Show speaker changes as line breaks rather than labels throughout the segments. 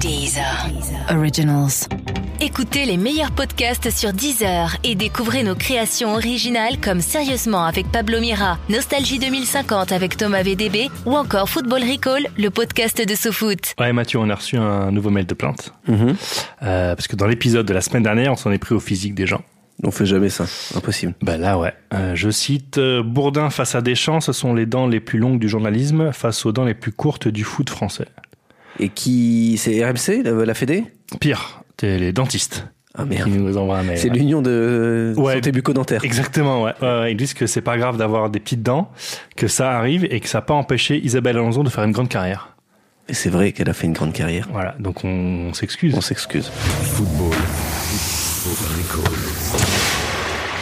Deezer. Originals. Écoutez les meilleurs podcasts sur Deezer et découvrez nos créations originales comme Sérieusement avec Pablo Mira, Nostalgie 2050 avec Thomas VDB ou encore Football Recall, le podcast de SoFoot.
Ouais, Mathieu, on a reçu un nouveau mail de plainte. Euh, parce que dans l'épisode de la semaine dernière, on s'en est pris au physique des gens.
On fait jamais ça, impossible.
Bah là, ouais. Euh, je cite euh, Bourdin face à Deschamps, ce sont les dents les plus longues du journalisme face aux dents les plus courtes du foot français.
Et qui c'est RMC, la, la Fédé
Pire, t'es les dentistes.
Ah
Qui
merde.
nous envoient un mail.
C'est
ouais.
l'union de
Ouais.
santé bucco-dentaire.
Exactement, ouais. Ouais, ouais, Ils disent que c'est pas grave d'avoir des petites dents, que ça arrive et que ça n'a pas empêché Isabelle Alonso de faire une grande carrière.
Et c'est vrai qu'elle a fait une grande carrière.
Voilà, donc on, on s'excuse.
On s'excuse.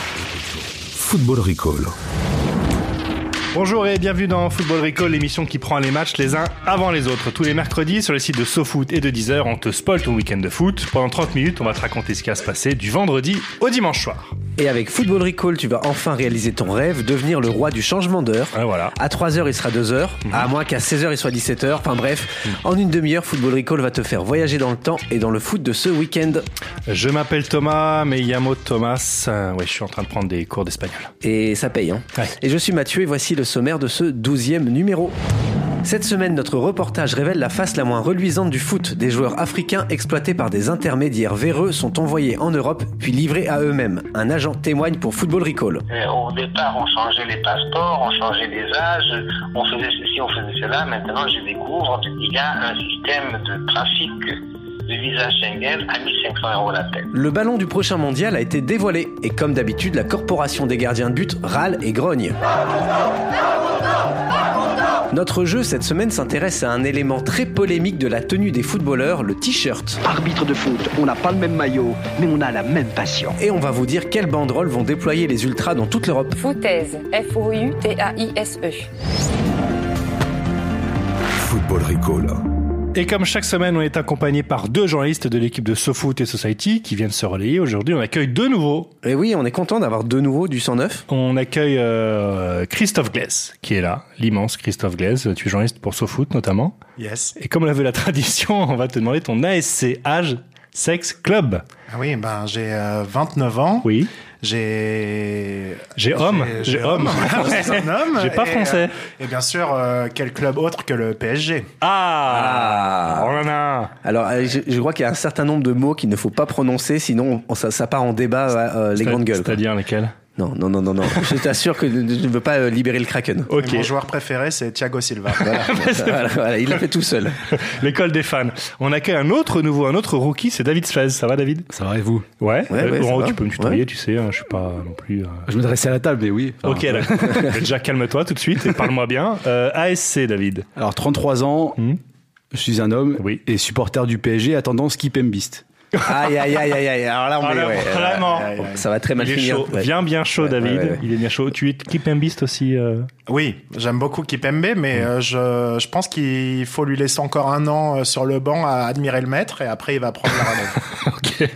Football Recall.
Bonjour et bienvenue dans Football Recall, l'émission qui prend les matchs les uns avant les autres. Tous les mercredis, sur les sites de SoFoot et de Deezer, on te spoil ton week-end de foot. Pendant 30 minutes, on va te raconter ce qui va se passer du vendredi au dimanche soir.
Et avec Football Recall, tu vas enfin réaliser ton rêve, devenir le roi du changement d'heure.
Ouais, voilà. Mhm.
À 3h, il sera 2h. À moins qu'à 16h, il soit 17h. Enfin bref, en une demi-heure, Football Recall va te faire voyager dans le temps et dans le foot de ce week-end.
Je m'appelle Thomas, mais Yamo Thomas. Euh, ouais, je suis en train de prendre des cours d'espagnol.
Et ça paye, hein.
Ouais.
Et je suis Mathieu et voici le sommaire de ce 12e numéro. Cette semaine, notre reportage révèle la face la moins reluisante du foot. Des joueurs africains exploités par des intermédiaires véreux sont envoyés en Europe puis livrés à eux-mêmes. Un agent témoigne pour Football Recall.
Euh, Au départ, on changeait les passeports, on changeait les âges, on faisait ceci, on faisait cela. Maintenant, je découvre qu'il y a un système de trafic de visa Schengen à 1500 euros la tête.
Le ballon du prochain mondial a été dévoilé et comme d'habitude, la corporation des gardiens de but râle et grogne. Notre jeu cette semaine s'intéresse à un élément très polémique de la tenue des footballeurs, le t-shirt.
Arbitre de foot, on n'a pas le même maillot, mais on a la même passion.
Et on va vous dire quelles banderoles vont déployer les ultras dans toute l'Europe.
Foutaise, F-O-U-T-A-I-S-E.
Football Recall.
Et comme chaque semaine, on est accompagné par deux journalistes de l'équipe de SoFoot et Society qui viennent se relayer. Aujourd'hui, on accueille deux nouveaux.
Et oui, on est content d'avoir de nouveau du 109.
On accueille euh, Christophe Glaise, qui est là, l'immense Christophe Glaise. Tu es journaliste pour SoFoot notamment.
Yes.
Et comme l'avait la tradition, on va te demander ton ASC, âge, sexe, club.
Ah oui, ben j'ai euh, 29 ans.
Oui.
J'ai.
J'ai homme, j'ai homme.
Je suis un homme.
J'ai pas
Et,
français.
euh, et bien sûr, euh, quel club autre que le PSG
Ah,
Ah.
On en a un.
Alors, euh, je, je crois qu'il y a un certain nombre de mots qu'il ne faut pas prononcer, sinon on- ça, ça part en débat euh, les grandes gueules. quoi.
C'est-à-dire lesquels
Non, non, non, non, non. je t'assure que je ne veux pas euh, libérer le Kraken.
Ok.
Mon joueur préféré, c'est Thiago Silva.
Voilà, voilà, il l'a fait tout seul.
L'école des fans. On accueille un autre nouveau, un autre rookie, c'est David Slez. Ça va, David
Ça va et vous
Ouais.
Ouais,
Euh,
ouais, ça
Laurent,
va.
tu peux me tutoyer,
Ouais.
tu sais, hein, je suis pas non plus. euh,
Je me dressais à la table, mais oui. Enfin,
Ok, alors. déjà calme-toi tout de suite et parle-moi bien. Euh, ASC, David.
Alors, 33 ans,
Mhm.
je suis un homme
Oui.
et supporter du PSG à tendance Keep Mbist.
Aïe, aïe, aïe, aïe, aïe. Alors là, on
Ah,
est,
là,
ouais, euh,
vraiment.
ça va très mal
Il est
finir.
chaud,
Ouais.
bien bien chaud
Ouais,
David,
ouais, ouais.
il est bien chaud. Tu es Keep Beast aussi euh,
Oui, j'aime beaucoup Kipembe,
Mm.
mais euh, je, je pense qu'il faut lui laisser encore un an euh, sur le banc à admirer le maître et après il va prendre la relève.
Ok.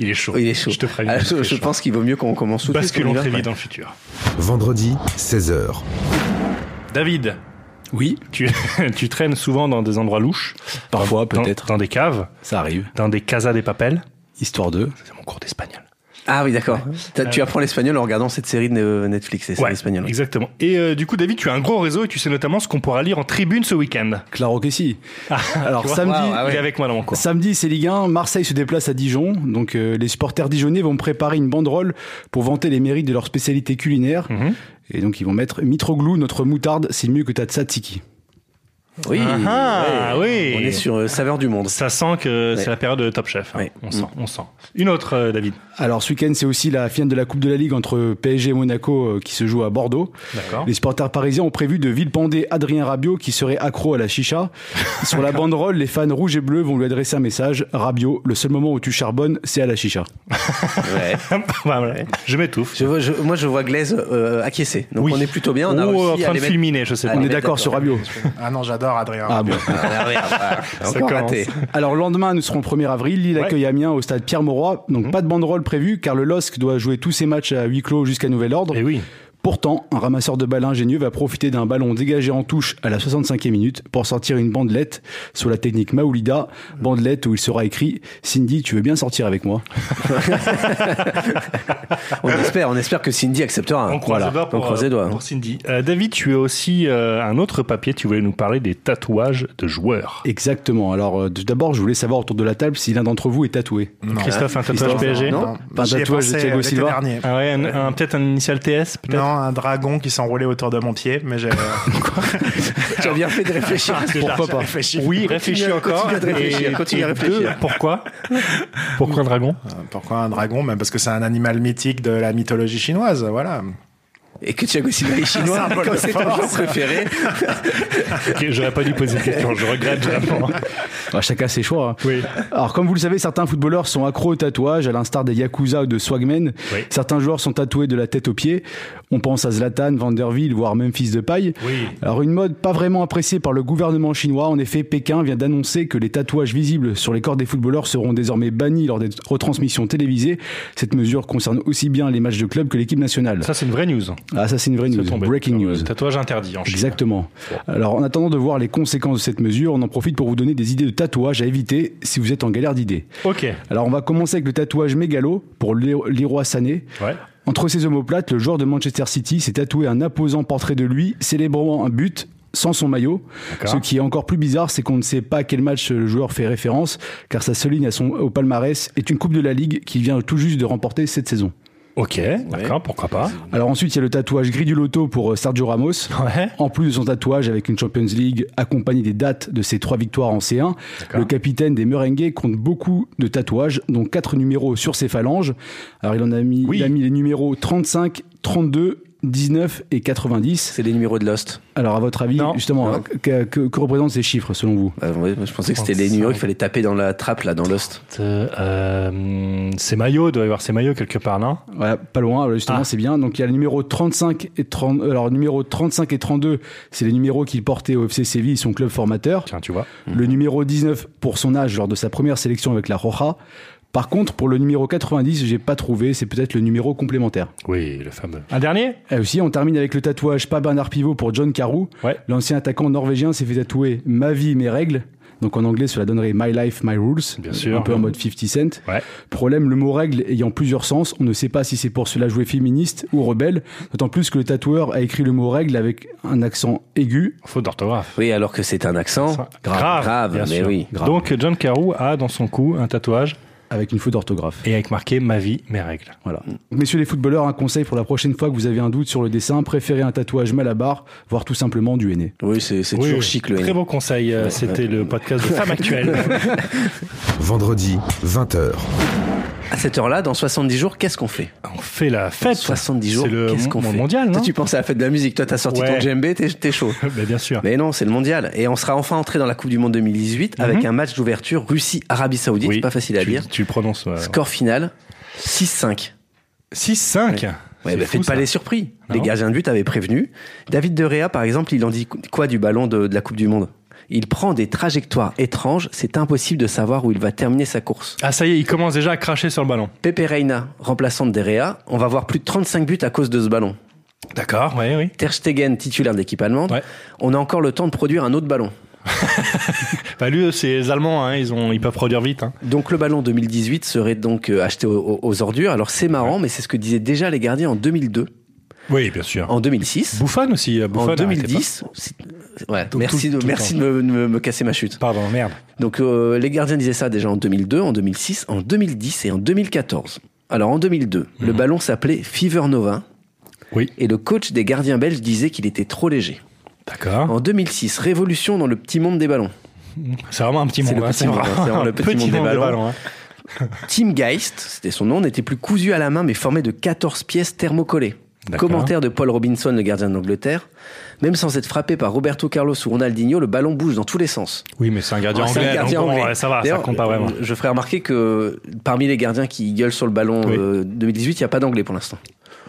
Il est chaud.
Il est chaud.
Je te préviens.
Alors,
il est
je, je
chaud.
pense qu'il vaut mieux qu'on commence tout de suite.
Basculons
on y va.
très vite dans le futur.
Vendredi, 16h.
David,
Oui,
tu, tu traînes souvent dans des endroits louches.
Parfois,
Dans-
peut-être.
Dans des caves,
ça arrive.
dans des casas des papels.
Histoire de.
C'est mon cours d'espagnol.
Ah oui, d'accord. T'as- Tu apprends l'espagnol en regardant cette série de euh, Netflix, c'est ça, l'espagnol. ouais.
exactement. Et euh, du coup, David, tu as un gros réseau et tu sais notamment ce qu'on pourra lire en tribune ce week-end.
Claro que si. Alors,
Tu vois
samedi.
Waouh, ah ouais.
Il est avec moi dans mon cours.
Samedi, c'est Ligue 1. Marseille se déplace à Dijon. Donc, euh, les supporters dijonnais vont préparer une banderole pour vanter les mérites de leur spécialité culinaire.
Mhm.
Et donc, ils vont mettre Mitroglou, notre moutarde, c'est mieux que ta tzatziki.
Oui,
Ah,
ouais.
oui.
On est sur euh, Saveur du Monde.
Ça sent que
Ouais.
c'est la période de Top Chef. hein.
Ouais.
On sent, on sent. Une autre, euh, David.
Alors, ce week-end, c'est aussi la finale de la Coupe de la Ligue entre PSG et Monaco euh, qui se joue à Bordeaux.
D'accord.
Les supporters parisiens ont prévu de vilipender Adrien Rabiot qui serait accro à la chicha. Sur la banderole, les fans rouges et bleus vont lui adresser un message Rabiot, le seul moment où tu charbonnes, c'est à la chicha.
Ouais.
Voilà. Je m'étouffe.
Je vois- je- moi, je vois Glaise euh, acquiescer. Donc,
Oui.
on est plutôt bien. On
Ou,
a réussi
euh, en
à
train
les
de
mettre-
fulminer, je sais
à
pas.
On
les
est
mettre
d'accord sur Rabiot.
ah non, j'adore Adrien.
Ah bon.
Ah, merde, voilà. Encore
commence.
raté.
Alors, le lendemain, nous serons le 1er avril. Lille
Ouais. Mhm.
accueille Amiens au stade Pierre-Mauroy. Donc, pas de banderole prévue car le LOSC doit jouer tous ses matchs à huis clos jusqu'à nouvel ordre.
Et Eh oui.
Pourtant, un ramasseur de balles ingénieux va profiter d'un ballon dégagé en touche à la 65e minute pour sortir une bandelette sous la technique Maoulida,
Mhm.
bandelette où il sera écrit Cindy, tu veux bien sortir avec moi
On espère, on espère que Cindy acceptera.
On croise
Voilà.
les doigts pour,
on croise les doigts.
euh, pour Cindy. Euh, David, tu as aussi euh, un autre papier. Tu voulais nous parler des tatouages de joueurs.
Exactement. Alors, euh, d'abord, je voulais savoir autour de la table si l'un d'entre vous est tatoué.
Non.
Christophe, un tatouage
Christophe,
PSG
non.
Pas un
J'y ai
tatouage de
pensé euh,
Thiago
l'été
Silva.
dernier.
Ah ouais, un- un- peut-être un initial TS peut-être
Non, un dragon qui s'enroulait autour de mon pied, mais j'ai. euh,
Tu as bien fait de réfléchir.
Pourquoi pas
réfléchi.
Oui, réfléchis
continue
encore.
à réfléchir,
et-
continue à
et
réfléchir.
deux, pourquoi Pourquoi un dragon
Pourquoi un dragon Même parce que c'est un animal mythique de la mythologie chinoise, voilà.
Et que Thiago Silva est chinois, comme c'est ton joueur préféré.
Ok, J'aurais pas dû poser cette question, je regrette vraiment.
Ah, chacun ses choix. hein.
Oui.
Alors, comme vous le savez, certains footballeurs sont accros au tatouage, à l'instar des Yakuza ou de Swagmen.
Oui.
Certains joueurs sont tatoués de la tête aux pieds. On pense à Zlatan, Vanderville, voire Memphis de paille.
Oui.
Alors, une mode pas vraiment appréciée par le gouvernement chinois. En effet, Pékin vient d'annoncer que les tatouages visibles sur les corps des footballeurs seront désormais bannis lors des retransmissions télévisées. Cette mesure concerne aussi bien les matchs de club que l'équipe nationale.
Ça, Ah c'est une vraie news.
ah, ça, c'est une vraie
C'est
news.
tombé.
Breaking
Alors,
news.
Tatouage interdit en Chine.
Exactement. Alors, en attendant de voir les conséquences de cette mesure, on en profite pour vous donner des idées de tatouages à éviter si vous êtes en galère d'idées.
Ok.
Alors, on va commencer avec le tatouage mégalo pour Lé- Leroy Sané.
Ouais.
Entre ses omoplates, le joueur de Manchester City s'est tatoué un imposant portrait de lui célébrant un but sans son maillot.
D'accord.
Ce qui est encore plus bizarre, c'est qu'on ne sait pas à quel match le joueur fait référence, car sa seule ligne à son, au palmarès est une Coupe de la Ligue qu'il vient tout juste de remporter cette saison.
Ok, d'accord, pourquoi pas.
Alors ensuite, il y a le tatouage gris du loto pour euh, Sergio Ramos.
Ouais.
En plus de son tatouage avec une Champions League accompagnée des dates de ses trois victoires en C1, le capitaine des Merengues compte beaucoup de tatouages, dont quatre numéros sur ses phalanges. Alors il en a mis,
Oui.
il a mis les numéros 35, 32, 19 et 90.
C'est les numéros de Lost.
Alors à votre avis,
Non.
justement,
Non.
Que, que- que représentent ces chiffres selon vous
Ah, ouais, moi, je pensais que c'était les
35.
numéros qu'il fallait taper dans la trappe, là, dans Lost.
Euh, euh, c'est maillot, doit y avoir ses maillots quelque part, non
Voilà, Pas loin, euh, justement,
Ah.
c'est bien. Donc il y a le numéro 35 et 30, alors numéro 35 et 32, c'est les numéros qu'il portait au FC Séville, son club formateur.
Tiens, tu vois.
le numéro 19 pour son âge lors de sa première sélection avec la Roja. Par contre, pour le numéro 90, j'ai pas trouvé, c'est peut-être le numéro complémentaire.
Oui, le fameux. Un dernier
Et aussi, on termine avec le tatouage pas Bernard Pivot pour John Carew.
Ouais.
L'ancien attaquant norvégien s'est fait tatouer Ma vie, mes règles. Donc en anglais, cela donnerait My Life, My Rules.
Bien sûr.
Un peu en mode 50 Cent.
Ouais.
Problème, le mot règle ayant plusieurs sens, on ne sait pas si c'est pour cela jouer féministe ou rebelle, d'autant plus que le tatoueur a écrit le mot règle avec un accent aigu.
Faute d'orthographe.
Oui, alors que c'est un accent
Ça-
grave, grave,
bien
mais
sûr.
oui.
Donc John Carew a dans son cou un tatouage
Avec une faute d'orthographe.
et avec marqué ma vie, mes règles.
Voilà. Donc, Messieurs les footballeurs, un conseil pour la prochaine fois que vous avez un doute sur le dessin, préférez un tatouage malabar, voire tout simplement du henné.
Oui, c'est c'est toujours chic, le
Très
N.
beau conseil. euh, C'était le podcast de Femme Actuelle.
Vendredi, 20h.
À cette heure-là, dans 70 jours, qu'est-ce qu'on fait
On fait la fête.
70 jours,
C'est le
qu'est-ce
mon-
qu'on
mon
fait
mondial, non
Toi, tu pensais à la fête de la musique, toi, t'as sorti
Ouais.
ton djembé, t'es t'es chaud.
Ben, Bien sûr.
Mais non, c'est le mondial. Et on sera enfin entré dans la Coupe du Monde 2018 avec un match d'ouverture Russie-Arabie Saoudite.
Mhm. Oui,
c'est pas facile à
tu-
dire.
Tu le prononces. euh,
Score final 6-5.
6-5.
Ouais,
C'est
bah,
fou,
faites
ça.
pas les surpris. Les
Non.
gardiens de but avaient prévenu. David De Réa, par exemple, il en dit quoi du ballon de, de la Coupe du Monde Il prend des trajectoires étranges. C'est impossible de savoir où il va terminer sa course.
Ah, ça y est, il commence déjà à cracher sur le ballon.
Pepe Reina, remplaçante de Réa, on va voir plus de 35 buts à cause de ce ballon.
D'accord, oui, oui.
Ter Stegen, titulaire de l'équipe allemande,
Ouais.
on a encore le temps de produire un autre ballon.
Bah, lui, c'est les Allemands, hein, ils, ont, ils peuvent produire vite. hein.
Donc le ballon 2018 serait donc euh, acheté au- au- aux, ordures. Alors c'est marrant, mais c'est ce que disaient déjà les gardiens en 2002,
Oui, bien sûr.
en 2006,
Bouffane aussi. euh, Bouffane, arrêtez
en
pas.
2010. C'est- Ouais,
Tout-
merci
tout-
de,
tout le
merci
temps.
de me, me- me casser ma chute.
Pardon, merde.
Donc euh, les gardiens disaient ça déjà en 2002, en 2006, en 2010 et en 2014. Alors en 2002, le ballon s'appelait Fever Nova.
Mhm. Oui.
Et le coach des gardiens belges disait qu'il était trop léger.
D'accord.
En 2006, révolution dans le petit monde des ballons.
C'est vraiment un petit
C'est
monde.
le
hein,
petit monde, hein, c'est vraiment le
un
petit monde des ballons.
hein.
Tim Geist, c'était son nom, n'était plus cousu à la main mais formé de 14 pièces thermocollées.
D'accord.
Commentaire de Paul Robinson, le gardien d'Angleterre. Même sans être frappé par Roberto Carlos ou Ronaldinho, le ballon bouge dans tous les sens.
Oui, mais c'est un gardien
Alors, c'est
Ah, anglais.
un gardien
donc bon,
anglais.
ouais, ça va, ça
D'ailleurs, euh,
compte pas vraiment.
Je ferai remarquer que parmi les gardiens qui gueulent sur le ballon
Oui.
euh, 2018, il n'y a pas d'anglais pour l'instant.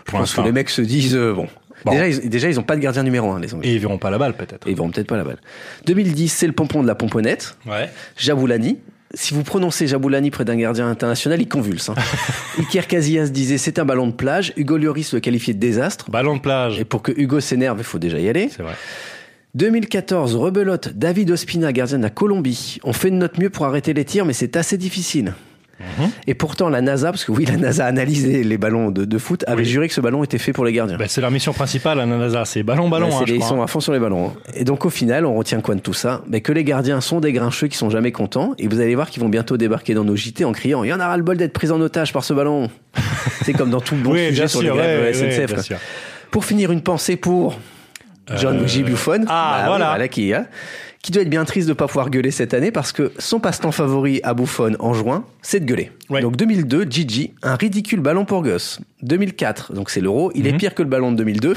Je pense que
l'instant.
les mecs se disent, euh, bon.
Bon.
Déjà, ils, déjà, ils n'ont pas de gardien numéro un, les anglais.
Et ils verront pas la balle, peut-être.
Et ils vont peut-être pas la balle. 2010, c'est le pompon de la pomponnette.
Ouais.
Jaboulani, si vous prononcez Jaboulani près d'un gardien international, il convulse. hein. Iker Casillas disait c'est un ballon de plage. Hugo Lloris le qualifiait de désastre.
Ballon de plage.
Et pour que Hugo s'énerve, il faut déjà y aller.
C'est vrai.
2014, rebelote, David Ospina, gardien de la Colombie. On fait de notre mieux pour arrêter les tirs, mais c'est assez difficile. Et pourtant, la NASA, parce que oui, la NASA a analysé les ballons de, de foot, avait
Oui.
juré que ce ballon était fait pour les gardiens.
Bah, c'est leur mission principale à la NASA, c'est ballon ballon.
Ouais, c'est
hein,
des-
je
ils
crois,
sont
hein.
à fond sur les ballons. hein. Et donc au final, on retient quoi de tout ça Mais Que les gardiens sont des grincheux qui sont jamais contents, et vous allez voir qu'ils vont bientôt débarquer dans nos JT en criant « Il y en aura le bol d'être pris en otage par ce ballon !» C'est comme dans tout bon
Oui,
sujet
bien
sur
sûr,
les grèves
ouais,
euh, SNCF.
ouais,
quoi.
bien sûr.
Pour finir, une pensée pour John
Euh,
G. Buffon.
ah,
Bah oui,
voilà.
qui, hein, qui doit être bien triste de ne pas pouvoir gueuler cette année parce que son passe-temps favori à Buffon en juin, c'est de gueuler.
Ouais.
Donc 2002, Gigi, un ridicule ballon pour gosse. 2004, donc c'est l'euro,
Mhm.
il est pire que le ballon de 2002.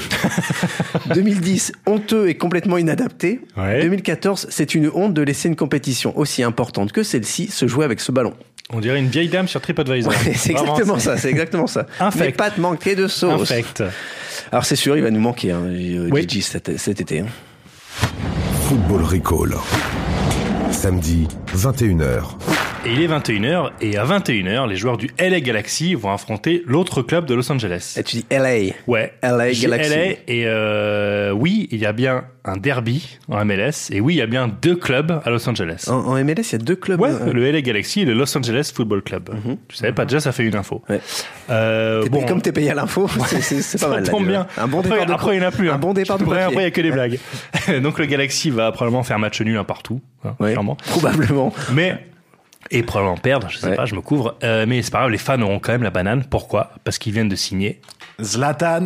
2010, honteux et complètement inadapté.
Ouais.
2014, c'est une honte de laisser une compétition aussi importante que celle-ci se jouer avec ce ballon.
hein. On dirait une vieille dame sur TripAdvisor.
c'est
Vraiment,
exactement ça, c'est exactement ça.
Infect.
Mais pas te manquer de
c'est
sauce.
Infect.
Alors c'est sûr, il va nous manquer, hein, euh,
Oui.
Gigi, cet, cet été. hein.
Football Recall. Samedi, 21h.
Et il est 21h, et à 21h, les joueurs du LA Galaxy vont affronter l'autre club de Los Angeles.
Et tu dis LA.
Ouais.
LA
J'ai
Galaxy.
LA, et euh, oui, il y a bien un derby en MLS, et oui, il y a bien deux clubs à Los Angeles.
En, en MLS, il y a deux clubs.
Ouais,
euh, Mhm.
le LA Galaxy et le Los Angeles Football Club. Tu savais pas déjà, ça fait une info.
Ouais.
Euh,
t'es-
bon,
comme t'es payé à l'info, c'est- c'est c'est pas
ça
mal. là,
tombe
déjà.
bien.
Un bon
après,
départ de
après, il n'y en a plus.
Un
hein.
bon départ de
Après,
papier.
Après, il n'y a que des blagues. Donc, le Galaxy va probablement faire match nul un partout, hein,
Ouais,
clairement.
probablement.
Mais et probablement perdre, je sais
Ouais.
pas, je me couvre. Euh, mais c'est pas grave, les fans auront quand même la banane. Pourquoi Parce qu'ils viennent de signer.
Zlatan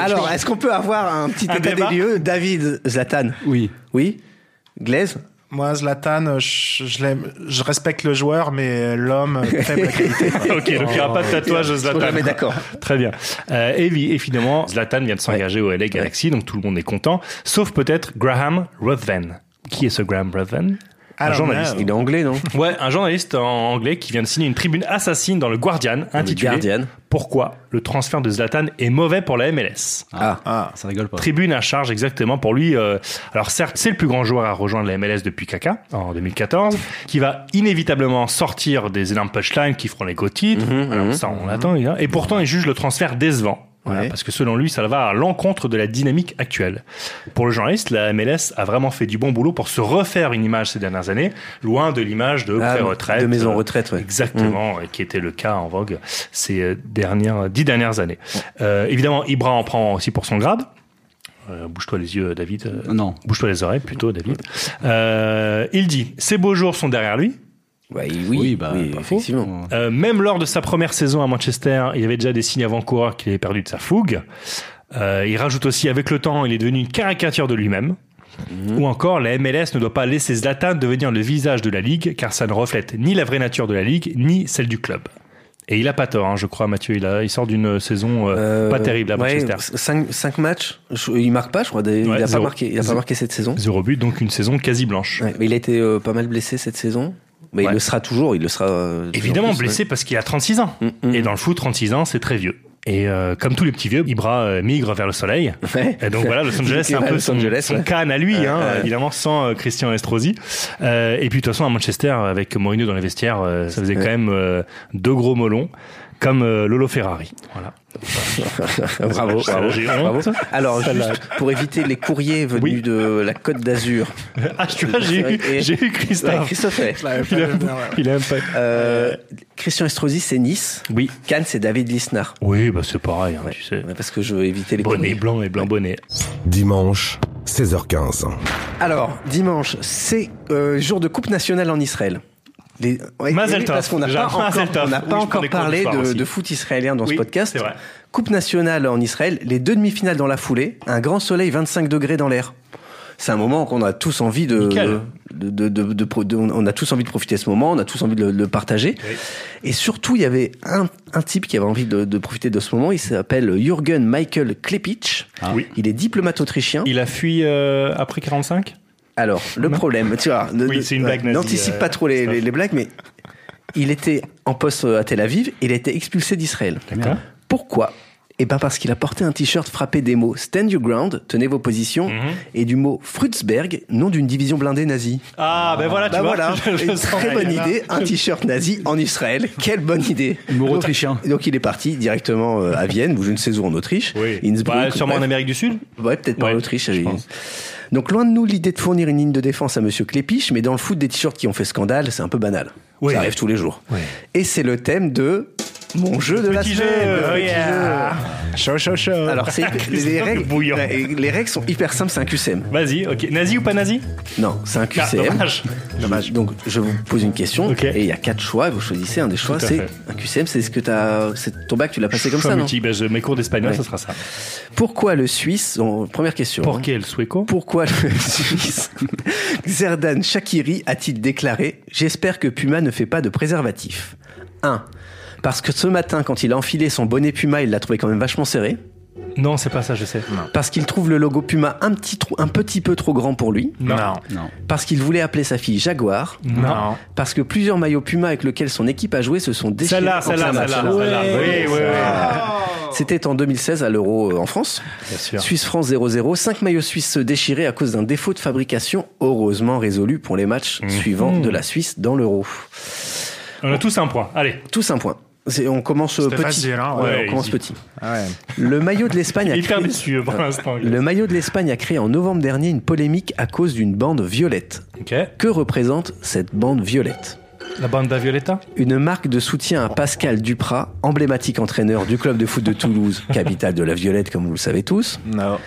Alors, est-ce qu'on peut avoir un petit
Un
état des
débat
lieux David Zlatan
Oui.
Oui Glaise
Moi, Zlatan, je, je l'aime, je respecte le joueur, mais l'homme faible qualité.
ok, donc il n'y aura pas de tatouage de
On
Zlatan.
est d'accord.
Très bien. Euh, et, vi- et finalement, Zlatan vient de s'engager au LA Galaxy, donc tout le monde est content, sauf peut-être Graham Ruthven. Qui est ce Graham Ruthven
Alors,
journaliste.
là,
Il est anglais, non
Ouais, un journaliste en anglais qui vient de signer une tribune assassine dans le Guardian intitulée
Guardian.
Pourquoi le transfert de Zlatan est mauvais pour la MLS
Ah.
Ah,
Ça rigole pas.
Tribune à charge, exactement, pour lui. euh, alors certes, c'est le plus grand joueur à rejoindre la MLS depuis Kaka, en 2014, qui va inévitablement sortir des énormes punchlines qui feront les go titres.
Mhm,
Alors, ça, on l'attend. évidemment. Et pourtant, il juge le transfert décevant. Voilà,
Ouais.
Parce que selon lui, ça va à l'encontre de la dynamique actuelle. Pour le journaliste, la MLS a vraiment fait du bon boulot pour se refaire une image ces dernières années, loin de l'image de
Ah,
pré-retraite.
de maison
euh,
retraite, ouais. Mhm.
Exactement, et qui était le cas en vogue ces euh, dernières, dix dernières années. Euh, évidemment, Ibra en prend aussi pour son grade. Euh, bouge-toi les yeux, David. Euh,
Non.
Bouge-toi les oreilles, plutôt, David. Euh, il dit Ses beaux jours sont derrière lui.
Bah, il- oui,
Oui, bah,
oui,
pas faux.
effectivement.
Euh, même lors de sa première saison à Manchester, il y avait déjà des signes avant-coureurs qu'il avait perdu de sa fougue. Euh, il rajoute aussi Avec le temps, il est devenu une caricature de lui-même. Ou encore, la MLS ne doit pas laisser Zlatan devenir le visage de la Ligue, car ça ne reflète ni la vraie nature de la Ligue, ni celle du club. Et il a pas tort, hein, je crois, Mathieu. Il, a- il sort d'une saison euh, pas terrible à Manchester.
5, matchs, je- il marque pas, je crois. d'ailleurs,
Ouais,
il a pas
zéro.
marqué, il a pas
Zéro.
marqué cette saison.
Zéro but, donc une saison quasi blanche.
Ouais, mais il a été euh, pas mal blessé cette saison. Mais
Ouais.
il le sera toujours, il le sera. euh, toujours
Évidemment,
plus,
blessé parce qu'il a 36 ans.
Mm, mm.
Et dans le foot, 36 ans, c'est très vieux. Et euh, comme tous les petits vieux, Ibra euh, migre vers le soleil.
Ouais.
Et donc voilà, Los Angeles, c'est un
Ouais,
peu
Los
son,
Angeles,
son
ouais.
canne à lui, hein,
Ouais, ouais.
évidemment, sans euh, Christian Estrosi. Euh, et puis de toute façon, à Manchester, avec Mourinho dans les vestiaires, euh, ça faisait
Ouais.
quand même euh, deux gros molons, comme euh, Lolo Ferrari. Voilà.
bravo,
Ça,
bravo,
j'ai
bravo.
honte.
Alors,
Ça, là.
juste pour éviter les courriers venus
Oui.
de la Côte d'Azur.
Ah, tu vois, j'ai eu,
Et-
j'ai eu
Ouais,
Christophe.
Christophe. ouais.
je l'avais pas
Il a-
vu venir, ouais.
Il aime pas.
Euh, Christian Estrosi, c'est Nice.
Oui.
Cannes, c'est David Lisnard.
Oui, bah c'est pareil, hein, tu sais.
Ouais, Parce que je veux éviter les
Bonnet
courriers.
blanc et blanc bonnet.
Dimanche, 16h15.
Alors, dimanche, c'est euh, jour de Coupe nationale en Israël. Les... ouais,
Mazel
oui,
tov,
parce qu'on n'a
déjà.
pas encore,
Mazel tov.
on n'a
Oui,
pas
je
encore
prends des cours
parlé
d'histoire
de,
aussi.
de foot israélien dans
Oui,
ce podcast.
c'est vrai.
Coupe nationale en Israël, les deux demi-finales dans la foulée, un grand soleil, 25 degrés dans l'air. C'est un moment qu'on a tous envie de,
Nickel.
de, de- de- de pro- de- on a tous envie de profiter de ce moment, on a tous envie de le, de le partager. Et surtout, il y avait un, un type qui avait envie de, de profiter de ce moment. Il s'appelle Jürgen Michael Klepich.
Ah. Oui.
Il est diplomate autrichien.
Il a fui euh, après 45
Alors, le problème, tu vois, ne-
Oui,
ne-
c'est une blague nazie,
n'anticipe
euh,
pas trop les,
Christophe.
les- les blagues, mais il était en poste à Tel Aviv, il a été expulsé d'Israël.
D'accord.
Pourquoi Eh ben parce qu'il a porté un t-shirt frappé des mots Stand Your Ground, tenez vos positions,
Mhm.
et du mot Fruitsberg, nom d'une division blindée nazie.
Ah, ben voilà, tu
Bah
vois.
voilà,
je- je
une
sens-
très bonne idée, un t-shirt nazi en Israël. Quelle bonne idée.
Humour autrichien.
Et Donc il est parti directement euh, à Vienne, ou je ne sais où en Autriche.
Oui.
Innsbruck,
Bah, sûrement en
bref.
Amérique du Sud.
Ouais, peut-être pas
Ouais,
en Autriche.
je
oui.
pense.
Donc loin de nous l'idée de fournir une ligne de défense à Monsieur Clépiche, mais dans le foot, des t-shirts qui ont fait scandale, c'est un peu banal.
Oui.
Ça arrive tous les jours.
Oui.
Et c'est le thème de mon jeu de la
Petit
semaine.
jeu,
le
oh
petit
yeah.
Chaud, chaud, chaud.
jeu. Alors c'est les
Christophe
règles.
Bouillon.
ouais, Les règles sont hyper simples, c'est un QCM.
Vas-y, ok. Nazi ou pas nazi
Non, c'est un
Ah,
QCM.
dommage.
Dommage. Donc, je vous pose une question
Ok.
et il y a quatre choix. et Vous choisissez un des choix.
Tout à
C'est
fait.
un QCM. C'est ce que t'as. Bah, C'est ton bac. Tu l'as passé comme
Choix
ça, non
multiple. Ben, je- mes cours d'espagnol,
Ouais.
ça sera ça.
Pourquoi le Suisse bon, Première question. hein.
Porqué el sueco
Pourquoi le Suisse Xerdan Shakiri a-t-il déclaré J'espère que Puma ne fait pas de préservatif 1. Parce que ce matin, quand il a enfilé son bonnet Puma, il l'a trouvé quand même vachement serré.
Non, c'est pas ça, je sais.
Parce qu'il trouve le logo Puma un petit, trou- un petit peu trop grand pour lui.
Non.
Non.
Parce qu'il voulait appeler sa fille Jaguar.
Non.
Parce que plusieurs maillots Puma avec lesquels son équipe a joué se sont déchirés.
Celle-là,
en
celle-là,
plein match.
celle-là. celle-là. Oui, oui, oui.
C'était en 2016 à l'Euro euh, en France.
Bien sûr.
Suisse-France 0-0, 5 maillots suisses se déchiraient à cause d'un défaut de fabrication, heureusement résolu pour les matchs
Mhm.
suivants de la Suisse dans l'Euro.
On a tous un point. Allez.
Tous un point. C'est- On commence euh,
C'était
petit.
facile, hein, Ah
Ouais,
ouais,
on commence
easy.
petit.
Ouais.
Le maillot de l'Espagne a
Hyper
créé-
déçu pour l'instant.
Le maillot de l'Espagne a créé en novembre dernier une polémique à cause d'une bande violette.
Ok.
Que représente cette bande violette
La banda violeta
Une marque de soutien à Pascal Duprat, emblématique entraîneur du club de foot de Toulouse, capitale de la Violette comme vous le savez tous.
Non.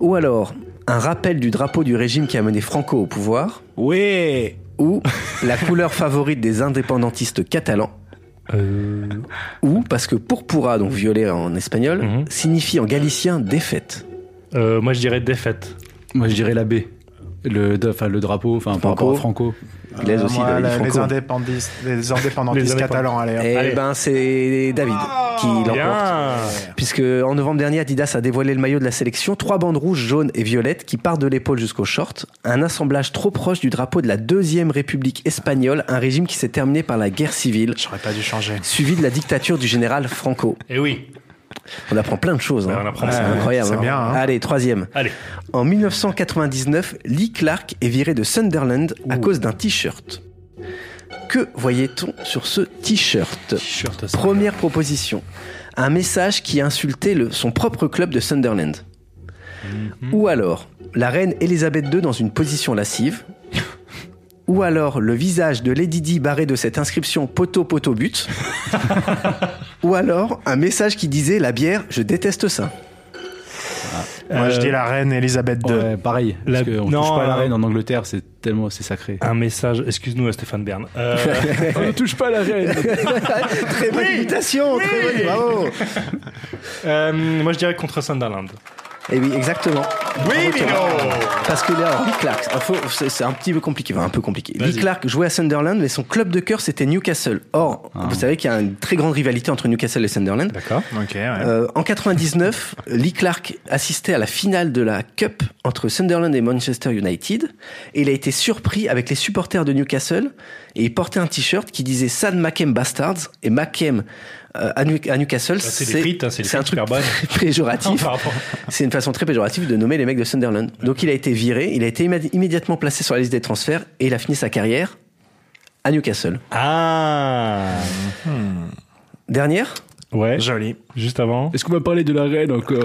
Ou alors, un rappel du drapeau du régime qui a mené Franco au pouvoir.
Oui.
Ou la couleur favorite des indépendantistes catalans.
Euh,
Ou parce que pourpura, donc violet en espagnol,
Mhm.
signifie en galicien défaite.
Euh, Moi, je dirais défaite.
Moi, je dirais la B. Le, de- enfin, le drapeau, enfin, par rapport à Franco.
Il laisse aussi
Ah, Moi,
de-
la-
de
les,
Franco.
indépendantistes, les indépendantistes
Les indépendants.
catalans, allez. hop.
Eh
Allez.
ben, c'est David qui l'emporte.
Bien.
Puisque en novembre dernier, Adidas a dévoilé le maillot de la sélection. Trois bandes rouges, jaunes et violettes qui partent de l'épaule jusqu'au short. Un assemblage trop proche du drapeau de la Deuxième République espagnole, un régime qui s'est terminé par la guerre civile,
J'aurais pas dû changer.
suivi de la dictature du général Franco.
Et oui.
On apprend plein de choses.
Ouais,
hein.
on apprend
c'est
ça.
incroyable.
C'est
hein.
bien, hein.
Allez, troisième.
Allez.
En 1999, Lee Clark est viré de Sunderland à cause d'un t-shirt. Que voyait-on sur ce t-shirt
T-shirt. ça.
Première proposition. Un message qui insultait le- son propre club de Sunderland. Ou alors, la reine Elisabeth II dans une position lascive. Ou alors, le visage de Lady Di barré de cette inscription poteau poteau but. Ou alors, un message qui disait la bière, je déteste ça.
Moi, je
Euh,
dis la reine Elisabeth II.
Ouais, pareil.
La-
Parce qu'on
non, Ah,
touche pas à la
euh,
reine en Angleterre, c'est tellement, c'est sacré.
Un message. Excuse-nous, à Stéphane Bern. Euh,
on ne touche pas à la reine.
très bonne imitation, très bonne, bravo.
euh, moi, je dirais contre Sunderland.
Et Eh oui, exactement.
Oui,
Bravo, Thomas. Parce que là, Lee Clark, il faut- c'est c'est un petit peu compliqué, enfin, un peu compliqué. Lee
Ah. Vas-y.
Clark jouait à Sunderland, mais son club de cœur c'était Newcastle. Or, vous savez qu'il y a une très grande rivalité entre Newcastle et Sunderland.
Ah. D'accord.
Ok, ouais.
Euh, en 99, Lee Clark assistait à la finale de la Cup entre Sunderland et Manchester United, et il a été surpris avec les supporters de Newcastle, et il portait un t-shirt qui disait San Mackem Bastards, et Mackem euh, à, New- à Newcastle,
c'est des frites, hein, c'est des
un
frites
truc
super bonnes.
péjoratif.
Par rapport-
C'est une façon très péjorative de nommer les mecs de Sunderland. Donc il a été viré, il a été immédi- immédiatement placé sur la liste des transferts et il a fini sa carrière à Newcastle.
Ah.
Dernière
Ouais.
Joli.
Juste avant.
Est-ce qu'on va parler de la reine encore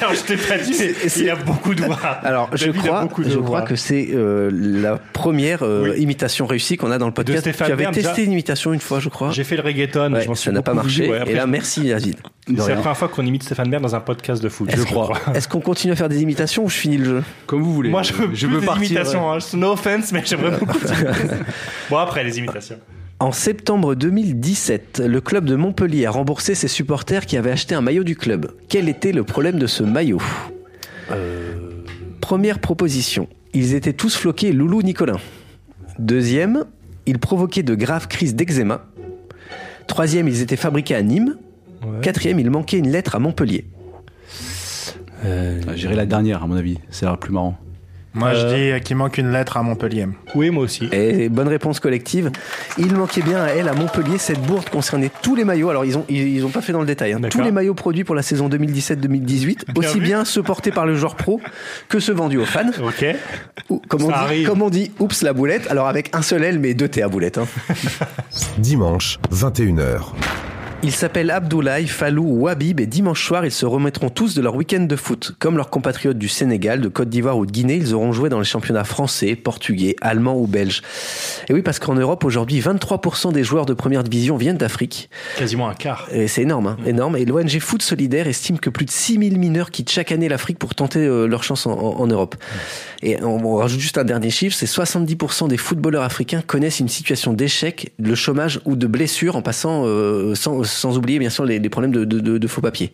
Alors, je t'ai pas dit, mais
C'est- c'est-
il y a beaucoup de voix.
Alors je
David a
crois,
beaucoup de
je
voix.
crois que c'est euh, la première euh,
Oui.
imitation réussie qu'on a dans le podcast.
Stéphane
tu avais
Bern,
testé
déjà.
une imitation une fois, je crois.
J'ai fait le reggaeton,
Ouais,
je m'en suis
ça n'a pas
beaucoup
marché.
voulu, ouais, après,
et là, merci David.
C'est la première fois qu'on imite Stéphane Bern dans un podcast de foot.
Est-ce qu'on- Est-ce qu'on continue à faire des imitations ou je finis le jeu
Comme vous voulez.
Moi, je veux plus
peux
des imitations. hein. No offense, mais j'aimerais beaucoup. bon, après, les imitations.
En septembre 2017, le club de Montpellier a remboursé ses supporters qui avaient acheté un maillot du club. Quel était le problème de ce maillot Première proposition, ils étaient tous floqués Loulou Nicolin. Deuxième, ils provoquaient de graves crises d'eczéma. Troisième, ils étaient fabriqués à Nîmes. Quatrième, il manquait une lettre à Montpellier.
J'irai la dernière, à mon avis. C'est l'air plus marrant.
Moi,
Euh.
je dis qu'il manque une lettre à Montpellier.
Oui, moi aussi.
Et bonne réponse collective. Il manquait bien à elle à Montpellier cette bourde concernait tous les maillots. Alors ils ont ils, ils ont pas fait dans le détail. hein.
D'accord.
Tous les maillots produits pour la saison 2017-2018,
Bien
aussi
vu.
bien ceux portés par le joueur pro que ceux vendus aux fans.
Ok.
Ou, comme,
Ça
on dit,
arrive.
comme on dit, oups la boulette. Alors avec un seul L mais deux T à boulette. hein.
Dimanche, 21h.
Ils s'appellent Abdoulaye, Fallou ou Habib et dimanche soir, ils se remettront tous de leur week-end de foot. Comme leurs compatriotes du Sénégal, de Côte d'Ivoire ou de Guinée, ils auront joué dans les championnats français, portugais, allemand ou belge. Et oui, parce qu'en Europe, aujourd'hui, 23% des joueurs de première division viennent d'Afrique.
Quasiment un quart.
Et c'est énorme, hein, énorme. Et l'ONG Foot Solidaire estime que plus de 6000 mineurs quittent chaque année l'Afrique pour tenter euh, leur chance en, en- en Europe. Et on, on rajoute juste un dernier chiffre, c'est 70% des footballeurs africains connaissent une situation d'échec, de chômage ou de blessure en passant, euh, sans, sans oublier bien sûr les, les problèmes de, de- de- de faux papiers.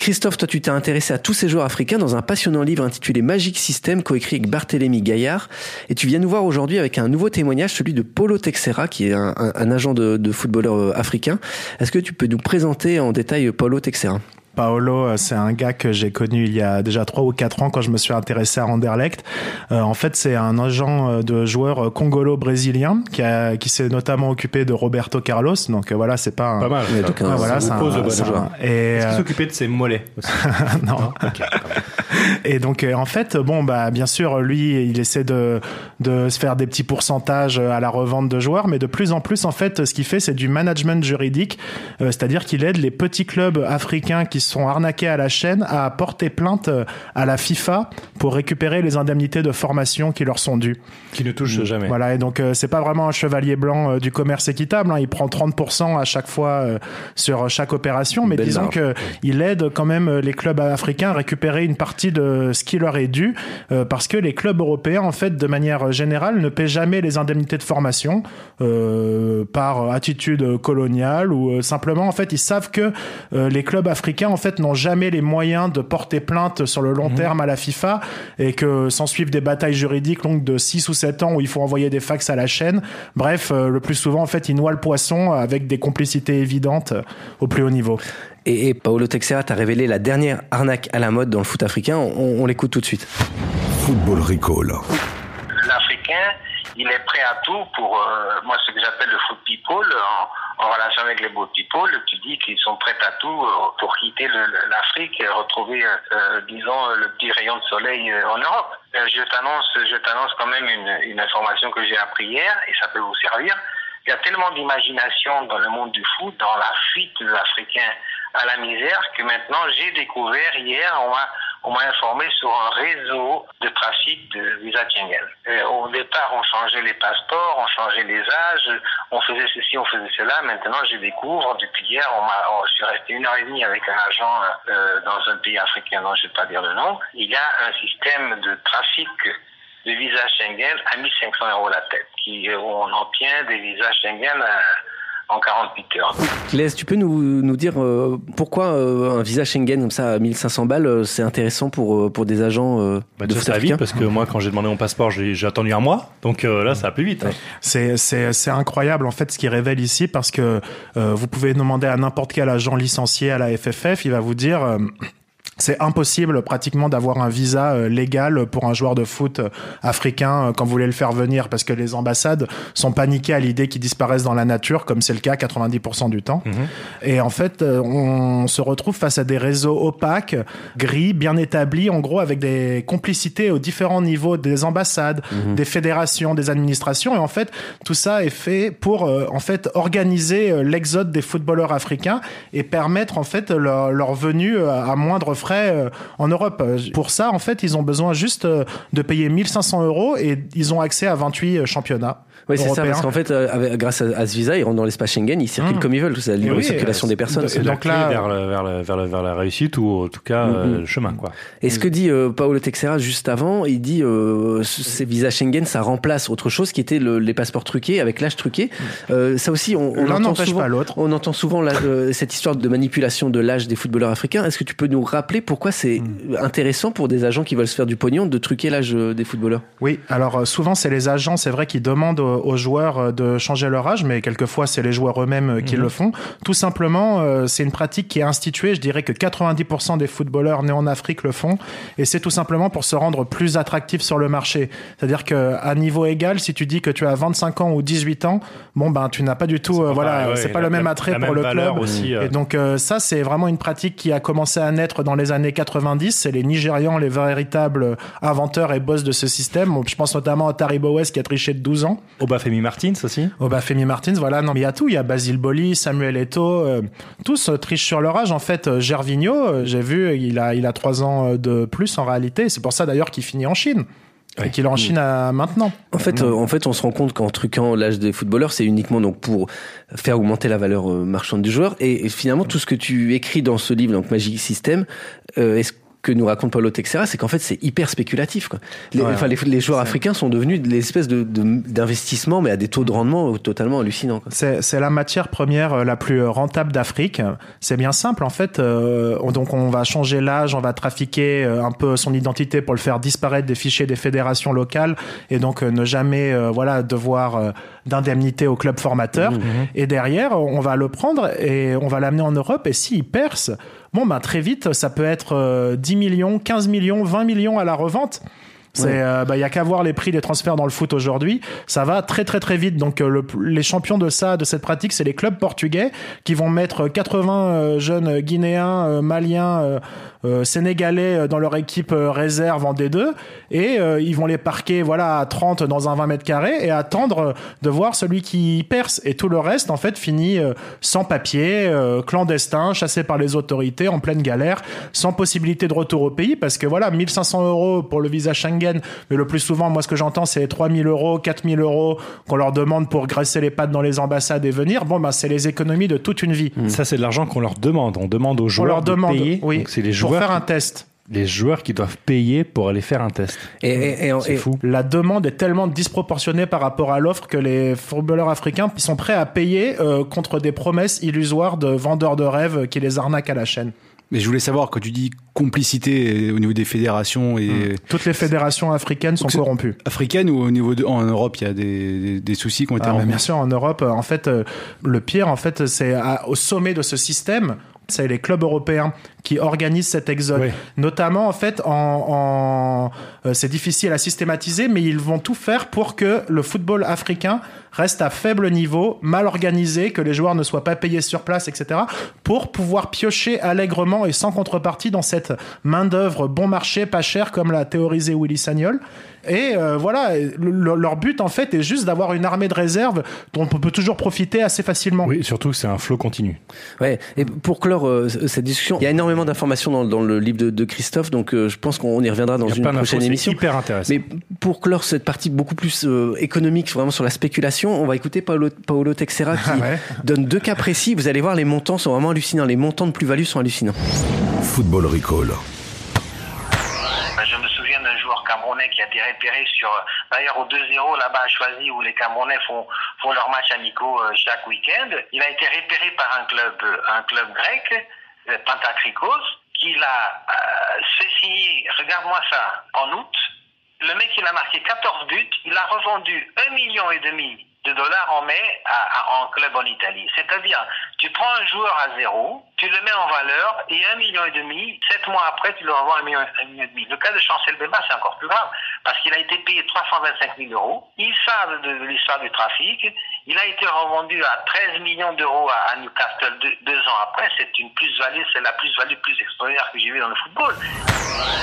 Christophe, toi, tu t'es intéressé à tous ces joueurs africains dans un passionnant livre intitulé Magic System, coécrit avec Barthélémy Gaillard. Et tu viens nous voir aujourd'hui avec un nouveau témoignage, celui de Polo Texera, qui est un, un- un agent de, de footballeur euh, africain. Est-ce que tu peux nous présenter en détail euh, Polo Texera
Paolo, euh, c'est un gars que j'ai connu il y a déjà trois ou quatre ans quand je me suis intéressé à Anderlecht. Euh, en fait, c'est un agent euh, de joueurs congolo-brésilien qui, a- qui s'est notamment occupé de Roberto Carlos. Donc euh, voilà, c'est pas un...
Pas mal.
Mais
ça.
donc,
Ah,
un-
voilà,
ça
c'est un,
pose le bon
c'est un-
joueur.
Et,
Est-ce qu'il
euh,
s'occupait de ses mollets aussi
non.
Ok.
Et donc, euh, en fait, bon, bah, bien sûr, lui, il essaie de, de se faire des petits pourcentages euh, à la revente de joueurs, mais de plus en plus, en fait, ce qu'il fait, c'est du management juridique, euh, c'est-à-dire qu'il aide les petits clubs africains qui se sont arnaqués à la chaîne à porter plainte euh, à la FIFA pour récupérer les indemnités de formation qui leur sont dues.
Qui ne
Mm.
touche jamais.
Voilà, et donc euh, c'est pas vraiment un chevalier blanc euh, du commerce équitable. hein. il prend 30% à chaque fois euh, sur chaque opération, mais
Belle
disons
marge.
que il aide quand même euh, les clubs africains à récupérer une partie de ce qui leur est dû, euh, parce que les clubs européens, en fait, de manière générale, ne paient jamais les indemnités de formation euh, par attitude coloniale ou euh, simplement, en fait, ils savent que euh, les clubs africains, en fait, n'ont jamais les moyens de porter plainte sur le long terme à la FIFA et que s'en suivent des batailles juridiques longues de 6 ou 7 ans où il faut envoyer des fax à la chaîne. Bref, euh, le plus souvent, en fait, ils noient le poisson avec des complicités évidentes euh, au plus haut niveau.
Et, et Paolo Texera t'a révélé la dernière arnaque à la mode dans le foot africain. On, on l'écoute tout de suite.
Football Recall.
l'Africain, il est prêt à tout pour, euh, moi, ce que j'appelle le foot people, en, en relation avec les beaux people, tu dis qu'ils sont prêts à tout euh, pour quitter le- le- l'Afrique et retrouver, euh, euh, disons, euh, le petit rayon de soleil euh, en Europe. Euh, je t'annonce, je t'annonce quand même une, une information que j'ai appris hier, et ça peut vous servir. Il y a tellement d'imagination dans le monde du foot, dans la fuite des Africains à la misère, que maintenant j'ai découvert hier, on m'a, on m'a informé sur un réseau de trafic de visa Schengen. Euh, Au départ, on changeait les passeports, on changeait les âges, on faisait ceci, on faisait cela. Maintenant, je découvre, depuis hier, on m'a, on- je suis resté une heure et demie avec un agent euh, dans un pays africain, dont je ne vais pas dire le nom. Il y a un système de trafic de visa Schengen à 1500 euros la tête. Qui, euh, on obtient des visas Schengen à- en 48 heures.
Les, tu peux nous, nous dire euh, pourquoi euh, un visa Schengen comme ça à 1500 balles, euh, c'est intéressant pour, euh, pour des agents euh,
Bah,
de
déjà,
foot
ça va vite
africain Mm.
parce que moi, quand j'ai demandé mon passeport, j'ai j'ai attendu un mois. Donc euh, là, ça va plus vite. hein.
C'est, c'est, c'est incroyable en fait ce qu'il révèle ici parce que euh, vous pouvez demander à n'importe quel agent licencié à la FFF, il va vous dire euh, c'est impossible pratiquement d'avoir un visa euh, légal pour un joueur de foot euh, africain euh, quand vous voulez le faire venir parce que les ambassades sont paniquées à l'idée qu'il disparaisse dans la nature comme c'est le cas 90% du temps. Et en fait, euh, on se retrouve face à des réseaux opaques, gris, bien établis, en gros, avec des complicités aux différents niveaux des ambassades, des fédérations, des administrations. Et en fait, tout ça est fait pour, euh, en fait, organiser euh, l'exode des footballeurs africains et permettre, en fait, leur, leur venue euh, à moindre frais euh, en Europe. Euh, Pour ça, en fait, ils ont besoin juste euh, de payer 1500 euros et ils ont accès à 28 championnats.
Oui, c'est ça,
européens.
parce qu'en fait, euh, avec- grâce à, à ce visa, ils rentrent dans l'espace Schengen, ils circulent
Mmh.
comme ils veulent, c'est la libre
oui,
circulation des
euh,
personnes.
Et
la
donc
clé
là- Mm-hmm.
vers, le- vers, le- vers, le- vers la réussite ou en tout cas euh,
Mhm.
le chemin quoi.
Et ce que dit euh, Paolo Texera juste avant, il dit euh, ce- ces visas Schengen, ça remplace autre chose qui était le- les passeports truqués avec l'âge truqué. Euh, ça aussi, on, on
Mmh. L'un
entend
n'empêche
souvent,
pas l'autre.
on entend souvent la- euh, cette histoire de manipulation de l'âge des footballeurs africains. Est-ce que tu peux nous rappeler rappeler pourquoi c'est
Mmh.
intéressant pour des agents qui veulent se faire du pognon de truquer l'âge euh, des footballeurs
Oui, alors euh, souvent c'est les agents, c'est vrai, qui demandent aux, aux joueurs euh, de changer leur âge, mais quelquefois c'est les joueurs eux-mêmes euh,
Mhm.
qui le font. Tout simplement, euh, c'est une pratique qui est instituée, je dirais que 90% des footballeurs nés en Afrique le font, et c'est tout simplement pour se rendre plus attractif sur le marché. C'est-à-dire que à niveau égal, si tu dis que tu as 25 ans ou 18 ans, bon ben tu n'as pas du tout, euh, voilà,
Ouais, ouais,
c'est
et
pas
la-
le même
la-
attrait
la
pour
même
le
valeur
club.
aussi, euh,
Et donc euh, ça, c'est vraiment une pratique qui a commencé à naître dans les années 90. C'est les Nigérians les véritables inventeurs et boss de ce système. Je pense notamment à Tari Bowes qui a triché de 12 ans.
Obafemi Martins aussi.
Obafemi Martins, voilà. Non, mais il y a tout. Il y a Basile Boli, Samuel Eto'o. euh, tous euh, trichent sur leur âge. En fait, euh, Gervinho, euh, j'ai vu, il a, il a 3 ans euh, de plus en réalité. C'est pour ça d'ailleurs qu'il finit en Chine. Et qu'il est en Chine à maintenant.
En fait, euh, en fait, on se rend compte qu'en truquant l'âge des footballeurs, c'est uniquement donc pour faire augmenter la valeur euh, marchande du joueur. Et, et finalement, tout ce que tu écris dans ce livre, donc Magic System, euh, est-ce que nous raconte Paulo Texera, c'est qu'en fait c'est hyper spéculatif. Quoi. Les,
Ouais.
enfin, les, les joueurs africains sont devenus l'espèce de, de- d'investissement, mais à des taux de rendement euh, totalement hallucinants. Quoi.
C'est c'est la matière première euh, la plus euh, rentable d'Afrique. C'est bien simple en fait. euh, on- donc on va changer l'âge, on va trafiquer euh, un peu son identité pour le faire disparaître des fichiers des fédérations locales et donc euh, ne jamais euh, voilà devoir euh, d'indemnité au club formateur. Et derrière on va le prendre et on va l'amener en Europe et s'il perce, bon bah très vite ça peut être euh, 10 millions, 15 millions, 20 millions à la revente. C'est, euh, bah, y a qu'à voir les prix des transferts dans le foot aujourd'hui. Ça va très très très vite. Donc euh, le- les champions de ça, de cette pratique, c'est les clubs portugais qui vont mettre 80 euh, jeunes guinéens, euh, maliens, euh, euh, sénégalais euh, dans leur équipe euh, réserve en D2 et euh, ils vont les parquer voilà à 30 dans un 20 mètres carrés et attendre euh, de voir celui qui perce. Et tout le reste en fait finit euh, sans papier, euh, clandestin, chassé par les autorités, en pleine galère, sans possibilité de retour au pays parce que voilà 1500 euros pour le visa Schengen, mais le plus souvent, moi, ce que j'entends, c'est 3000 euros, 4000 euros qu'on leur demande pour graisser les pattes dans les ambassades et venir. Bon, ben, c'est les économies de toute une vie.
Ça, c'est de l'argent qu'on leur demande. On demande aux
On
Mmh. joueurs
Mm. leur
de
demande,
payer.
oui,
Donc, c'est les
pour
joueurs,
faire un test.
les joueurs qui doivent payer pour aller faire un test.
Et, et- et-
C'est
et-
fou.
La demande est tellement disproportionnée par rapport à l'offre que les footballeurs africains sont prêts à payer euh, contre des promesses illusoires de vendeurs de rêves qui les arnaquent à la chaîne.
Mais je voulais savoir, quand tu dis complicité euh, au niveau des fédérations et
Hmm.
Toutes les fédérations africaines sont
Donc c'est-
corrompues.
africaines ou au niveau de, en Europe, il y a des, des- des soucis qui ont été
Ah, mais
rencontrés
bien sûr, en Europe, euh, en fait, euh, le pire, en fait, c'est à- au sommet de ce système. C'est les clubs européens qui organisent cet exode.
Oui.
Notamment, en fait, en, en- euh, c'est difficile à systématiser, mais ils vont tout faire pour que le football africain reste à faible niveau, mal organisé, que les joueurs ne soient pas payés sur place, etc., pour pouvoir piocher allègrement et sans contrepartie dans cette main-d'œuvre bon marché, pas cher, comme l'a théorisé Willy Sagnol. Et euh, voilà, le- le- leur but, en fait, est juste d'avoir une armée de réserve dont on peut toujours profiter assez facilement.
Oui, surtout que c'est un flot continu.
Ouais. Et pour clore euh, c- cette discussion, il y a énormément d'informations dans, dans le livre de, de Christophe, donc euh, je pense qu'on y reviendra dans
Il y a
une
plein d'infos,
prochaine
c'est
émission.
hyper intéressant.
Mais pour clore cette partie beaucoup plus euh, économique, vraiment sur la spéculation, on va écouter Paolo, Paolo Texera qui
ouais.
donne deux cas précis. Vous allez voir, les montants sont vraiment hallucinants. Les montants de plus-value sont hallucinants.
Football Recall.
Ben, Je me souviens d'un joueur camerounais qui a été repéré sur, euh, d'ailleurs au 2-0 là-bas à Choisy où les Camerounais font, font leurs matchs amicaux euh, chaque week-end. Il a été repéré par un club, euh, un club grec, euh, Pantakrikos, qui l'a euh, fait signer, regarde-moi ça, en août. Le mec, il a marqué 14 buts, il a revendu 1,5 million et demi de dollars en mai à- à- en club en Italie. C'est-à-dire, tu prends un joueur à zéro, tu le mets en valeur et un million et demi, sept mois après, tu le revends un million, un million et demi. Le cas de Chancel Bemba, c'est encore plus grave parce qu'il a été payé 325 000 euros. Ils savent de, de l'histoire du trafic. Il a été revendu à 13 millions d'euros à, à Newcastle deux, deux ans après. C'est une plus-value, c'est la plus-value plus extraordinaire que j'ai vue dans le football.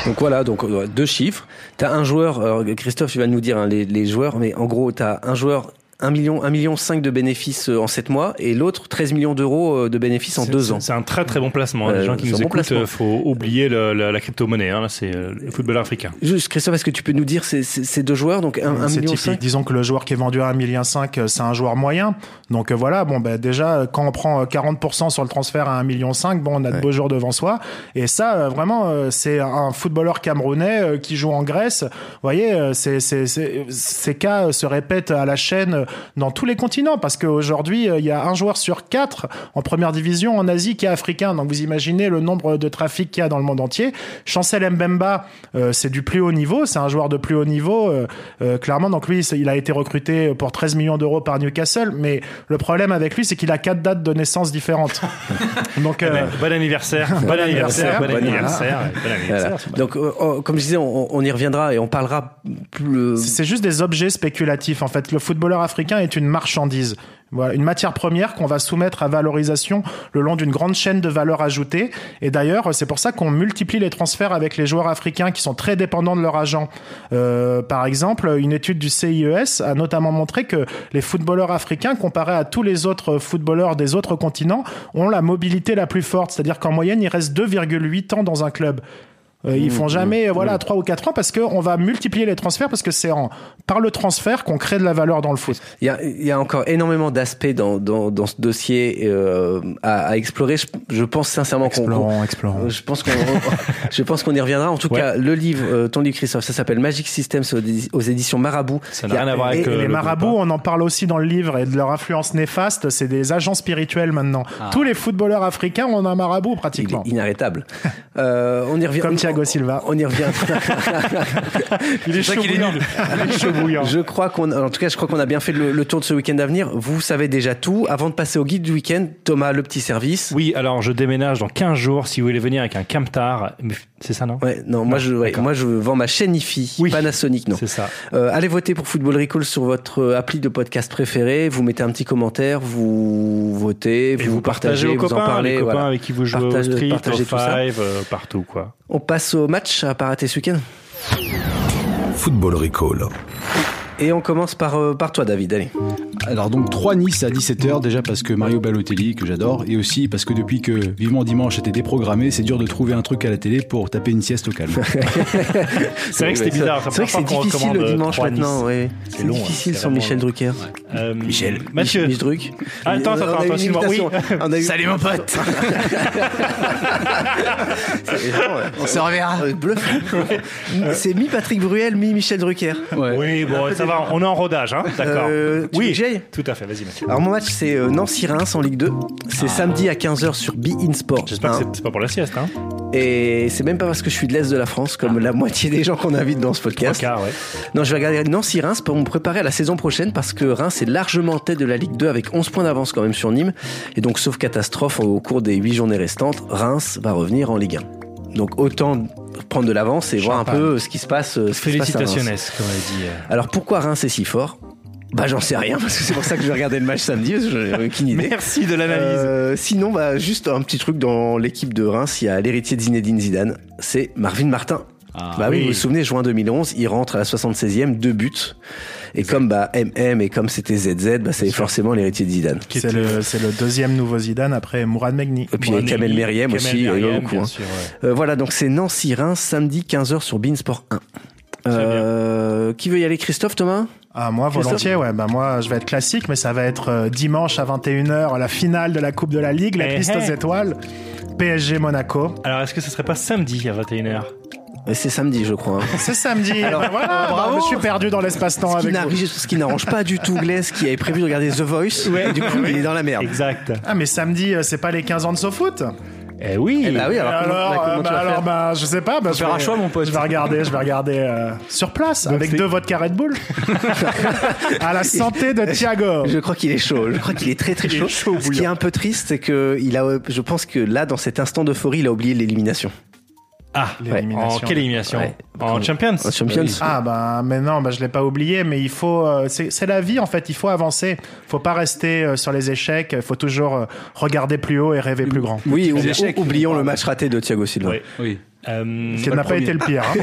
Donc voilà, donc euh, deux chiffres. T'as un joueur, alors, Christophe, il va nous dire hein, les, les joueurs, mais en gros, t'as un joueur 1 million, 1 million 5 de bénéfices euh, en 7 mois et l'autre 13 millions d'euros euh, de bénéfices en
C'est-
2
c'est-
ans.
C'est un très très bon placement. hein.
Euh,
les gens qui
c'est
nous
un bon
écoutent,
placement.
euh, faut oublier le- la, la crypto-monnaie. hein. Là, c'est euh, le football africain.
Juste, Christophe, est-ce que tu peux nous dire ces, ces- ces deux joueurs, donc 1,
C'est
million
typique.
5
Disons que le joueur qui est vendu à 1,5 million, euh, c'est un joueur moyen. Donc euh, voilà, bon, ben déjà, euh, quand on prend euh, 40% sur le transfert à 1,5 million, bon, on a de beaux jours devant soi. Et ça, euh, vraiment, euh, c'est un footballeur camerounais euh, qui joue en Grèce. Vous voyez, euh, c'est- c'est- c'est- ces cas euh, se répètent à la chaîne. dans tous les continents, parce qu'aujourd'hui, euh, il y a un joueur sur quatre en première division en Asie qui est africain. Donc vous imaginez le nombre de trafic qu'il y a dans le monde entier. Chancel Mbemba, euh, c'est du plus haut niveau, c'est un joueur de plus haut niveau, euh, euh, clairement. Donc lui, il a été recruté pour 13 millions d'euros par Newcastle, mais le problème avec lui, c'est qu'il a quatre dates de naissance différentes. Euh,
Donc, bon anniversaire, bon anniversaire, bon anniversaire.
Donc, on, comme je disais, on, on, y reviendra et on parlera plus. euh,
C'est juste des objets spéculatifs. En fait, le footballeur africain est une marchandise. Voilà, une matière première qu'on va soumettre à valorisation le long d'une grande chaîne de valeur ajoutée. Et d'ailleurs, c'est pour ça qu'on multiplie les transferts avec les joueurs africains qui sont très dépendants de leur agent. Euh, par exemple, une étude du CIES a notamment montré que les footballeurs africains, comparés à tous les autres footballeurs des autres continents, ont la mobilité la plus forte. C'est-à-dire qu'en moyenne, ils restent 2,8 ans dans un club. Euh, ils font jamais mmh, voilà mmh. 3 ou 4 ans parce qu'on va multiplier les transferts parce que c'est par le transfert qu'on crée de la valeur dans le foot.
Il y a, il y a encore énormément d'aspects dans, dans, dans, ce dossier euh, à, à, explorer. Je, je pense sincèrement qu'on je pense qu'on je pense qu'on y reviendra. En tout ouais. cas, le livre euh, ton livre Christophe, ça s'appelle Magic Systems aux, éditions Marabout.
Ça n'a rien à voir avec euh,
et, et les Marabouts. On en parle aussi dans le livre et de leur influence néfaste. C'est des agents spirituels maintenant. Ah. Tous les footballeurs africains ont un marabout pratiquement.
Il est inarrêtable. Euh, on y revient.
Comme on, Silva.
On y revient.
il est, est chaud bouillant.
bouillant. Je crois qu'on, en tout cas, je crois qu'on a bien fait le, le tour de ce week-end à venir. Vous savez déjà tout. Avant de passer au guide du week-end, Thomas, le petit service.
Oui, alors je déménage dans 15 jours. Si vous voulez venir avec un camtar, c'est ça, non
Ouais, non, non moi je, ouais, moi je vends ma chaîne IFI, oui, Panasonic, non.
C'est ça.
Euh, allez voter pour Football Recall sur votre euh, appli de podcast préféré. Vous mettez un petit commentaire, vous votez, vous,
vous, partagez,
vous
copains,
en parlez,
les copains voilà. avec qui vous jouez Partage, au street, partagez au tout five, ça. Euh, partout quoi.
On passe au match à Paraté ce week-end.
Football Recall.
Et on commence par, euh, par toi, David. Allez.
Alors, donc, 3 Nice à 17h, déjà parce que Mario Balotelli, que j'adore, et aussi parce que depuis que Vivement Dimanche était déprogrammé, c'est dur de trouver un truc à la télé pour taper une sieste au calme.
c'est vrai que c'était bizarre.
C'est vrai que c'est difficile le
euh,
dimanche maintenant. Ouais. C'est difficile hein, sans Michel long. Drucker.
Ouais. Euh, Michel. Mathieu.
Mm.
Ah,
Michel Druck.
Attends, attends, attends, excuse-moi. Oui.
eu... Salut, mon pote. on se reverra.
C'est mi-Patrick Bruel, mi-Michel Drucker.
Oui, bon, ça va, on est en rodage, hein D'accord.
Euh,
oui,
j'ai
tout à fait, vas-y Mathieu.
Alors mon match c'est euh, Nancy-Reims en Ligue 2. C'est ah. samedi à 15h sur Be In Sport.
J'espère hein. que c'est pas pour la sieste, hein
Et c'est même pas parce que je suis de l'Est de la France, comme ah. la moitié des gens qu'on invite dans ce podcast.
Cas, ouais.
Non, je vais regarder Nancy-Reims pour me préparer à la saison prochaine parce que Reims est largement en tête de la Ligue 2 avec 11 points d'avance quand même sur Nîmes. Et donc, sauf catastrophe, au cours des 8 journées restantes, Reims va revenir en Ligue 1. Donc autant prendre de l'avance et je voir un pas. peu ce qui se passe.
Félicitations, comme on a dit.
Alors pourquoi Reims est si fort bah j'en sais rien parce que c'est pour ça que je vais regarder le match samedi. Aucune idée.
Merci de l'analyse.
Euh, sinon bah juste un petit truc dans l'équipe de Reims, il y a l'héritier de Zinedine Zidane, c'est Marvin Martin. Ah, bah oui, oui, vous vous souvenez, juin 2011, il rentre à la 76e, deux buts. Et exact. comme bah, MM et comme c'était ZZ, bah, c'est forcément l'héritier de Zidane.
C'est le, le, deuxième nouveau Zidane après Mourad Megni.
Euh,
Et puis Mourad Kamel Meriem aussi, Meriem, beaucoup, hein. sûr, ouais. euh, voilà, donc c'est Nancy-Reims, samedi 15h sur Beansport 1. Euh, qui veut y aller, Christophe, Thomas
ah, moi, volontiers, ouais. Bah, moi, je vais être classique, mais ça va être euh, dimanche à 21h, la finale de la Coupe de la Ligue, la piste hey, hey. aux étoiles, PSG Monaco.
Alors, est-ce que ce serait pas samedi à 21h
Euh, c'est samedi, je crois.
C'est samedi. Alors voilà, bravo. Je suis perdu dans l'espace-temps avec
vous. Ce qui n'arrange pas du tout Glaise qui avait prévu de regarder The Voice. Ouais. Et du coup, oui. il est dans la merde.
Exact.
Ah, mais samedi, c'est pas les 15 ans de SoFoot
eh oui.
Eh bah oui. Alors,
alors,
comment,
comment bah, tu vas alors bah, je sais pas. Bah,
je vais, un choix, mon pote.
Je vais regarder, je vais regarder euh, sur place Donc avec deux vodka Red Bull. à la santé de Thiago.
Je crois qu'il est chaud. Je crois qu'il est très très
il
chaud.
chaud
Ce qui est un peu triste, c'est que il a. euh, Je pense que là, dans cet instant d'euphorie, il a oublié l'élimination.
Ah, en quelle élimination ouais. En Champions. En
Champions.
Ah bah mais non, bah je l'ai pas oublié, mais il faut, euh, c'est la vie en fait. Il faut avancer. Faut pas rester euh, sur les échecs. Il faut toujours euh, regarder plus haut et rêver plus grand.
Oui, ou, échecs, oublions le match raté de Thiago Silva.
Oui. Bah oui.
Euh, qui n'a pas, été le pire. Hein.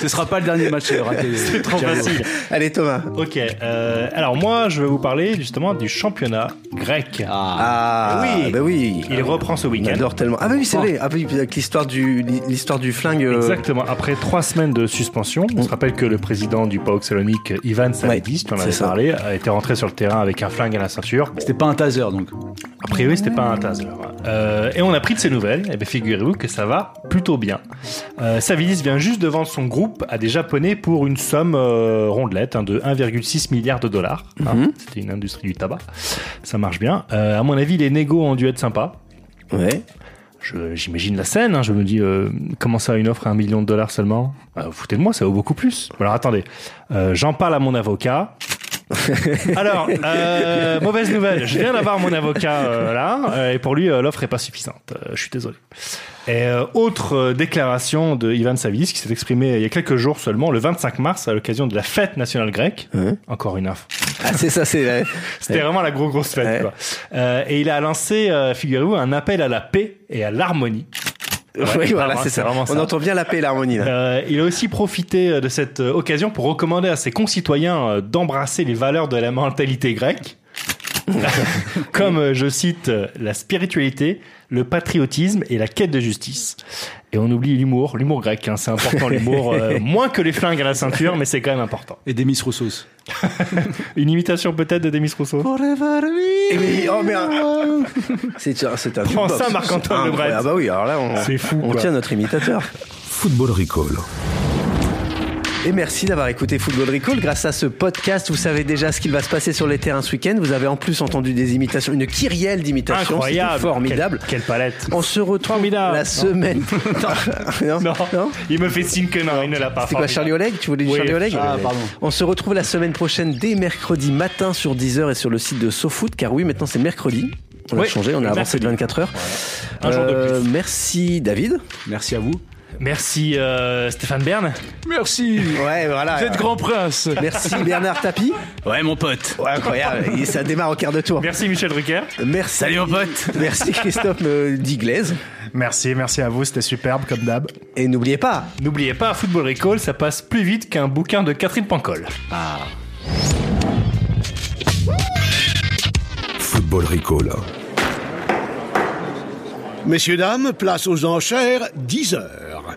Ce sera pas le dernier match
euh,
raté.
C'est trop facile.
Allez Thomas.
Ok. Euh, alors moi, je vais vous parler justement du championnat grec.
Ah, oui. Bah oui.
Il reprend ce week-end.
J'adore tellement. Ah bah oui, c'est vrai. Ah, avec l'histoire du l'histoire du flingue. Euh...
Exactement. Après trois semaines de suspension, on se rappelle que le président du PAOK Salonique, Ivan Saladis, ouais, on en avait parlé, a été rentré sur le terrain avec un flingue à la ceinture.
C'était pas un taser donc.
A priori, c'était pas un taser. Euh, et on a pris de ses nouvelles. Et bien, figurez-vous que ça va plutôt bien. Euh, Savilis vient juste de vendre son groupe à des Japonais pour une somme euh, rondelette hein, de 1,6 milliard de dollars. hein.
Mhm.
C'était une industrie du tabac. Ça marche bien. Euh, à mon avis, les négos ont dû être sympas.
Ouais.
Je- J'imagine la scène, hein. je me dis, euh, comment ça, une offre à un million de dollars seulement Euh, vous Foutez de moi, ça vaut beaucoup plus. Alors attendez, Euh, j'en parle à mon avocat. Alors, euh, mauvaise nouvelle, je viens d'avoir mon avocat euh, là, euh, et pour lui, euh, l'offre est pas suffisante. Euh, je suis désolé. Et euh, autre euh, déclaration de Ivan Savilis qui s'est exprimé il y a quelques jours seulement, le 25 mars, à l'occasion de la fête nationale grecque. Encore une info.
Ah, c'est ça, c'est.
C'était vraiment la grosse grosse fête. quoi. Euh, et il a lancé, euh, figurez-vous, un appel à la paix et à l'harmonie. Ouais,
oui, voilà,
vraiment,
c'est ça.
vraiment
On entend bien la paix et l'harmonie. là.
Euh, il a aussi profité euh, de cette euh, occasion pour recommander à ses concitoyens euh, d'embrasser les valeurs de la mentalité grecque, comme, euh, je cite, euh, la spiritualité, le patriotisme et la quête de justice. Et on oublie l'humour, l'humour grec, hein, c'est important l'humour, euh, moins que les flingues à la ceinture, mais c'est quand même important.
Et des Miss Roussos.
Une imitation peut-être de Demis Rousseau
Eh oui, oh merde C'est c'est un
Prends
jukebox.
ça, Marc-Antoine
Ah,
Lebret.
Ah bah oui, alors là, on,
C'est fou,
on
quoi.
tient notre imitateur.
Football Recall.
Et merci d'avoir écouté Football Recall. Grâce à ce podcast, vous savez déjà ce qu'il va se passer sur les terrains ce week-end. Vous avez en plus entendu des imitations, une kyrielle d'imitations.
Incroyable Oh.
C'était Formidable.
Quelle, quelle palette
On se retrouve
Formidable.
la
Non.
semaine. non.
non.
non
il me fait signe que non, il ne l'a pas.
C'est quoi Charlie Oleg Tu voulais du
Oui,
Charlie Oleg
Charlie Oleg. Ah, pardon.
On se retrouve la semaine prochaine dès mercredi matin sur 10h et sur le site de SoFoot car oui, maintenant c'est mercredi. On a
Oui,
changé, on a avancé de
mercredi.
24 heures. Euh,
Un jour de plus.
Merci David.
Merci à vous.
Merci euh, Stéphane Bern.
Merci.
Ouais, voilà.
Vous êtes grand prince.
Merci Bernard Tapie.
Ouais, mon pote.
Ouais, incroyable. Et ça démarre au quart de tour.
Merci Michel Drucker.
Merci.
Salut, mon pote.
Merci Christophe euh, Diglaise.
Merci, merci à vous, c'était superbe comme d'hab.
Et n'oubliez pas,
N'oubliez pas, Football Recall, ça passe plus vite qu'un bouquin de Catherine Pancol.
Football Recall.
Messieurs, dames, place aux enchères, 10 heures.